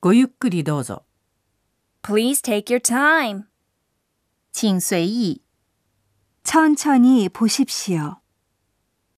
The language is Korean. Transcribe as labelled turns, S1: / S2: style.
S1: ごゆっくりどうぞ。
S2: Please take your time.
S3: 请随意。
S4: 천천히 보십시오.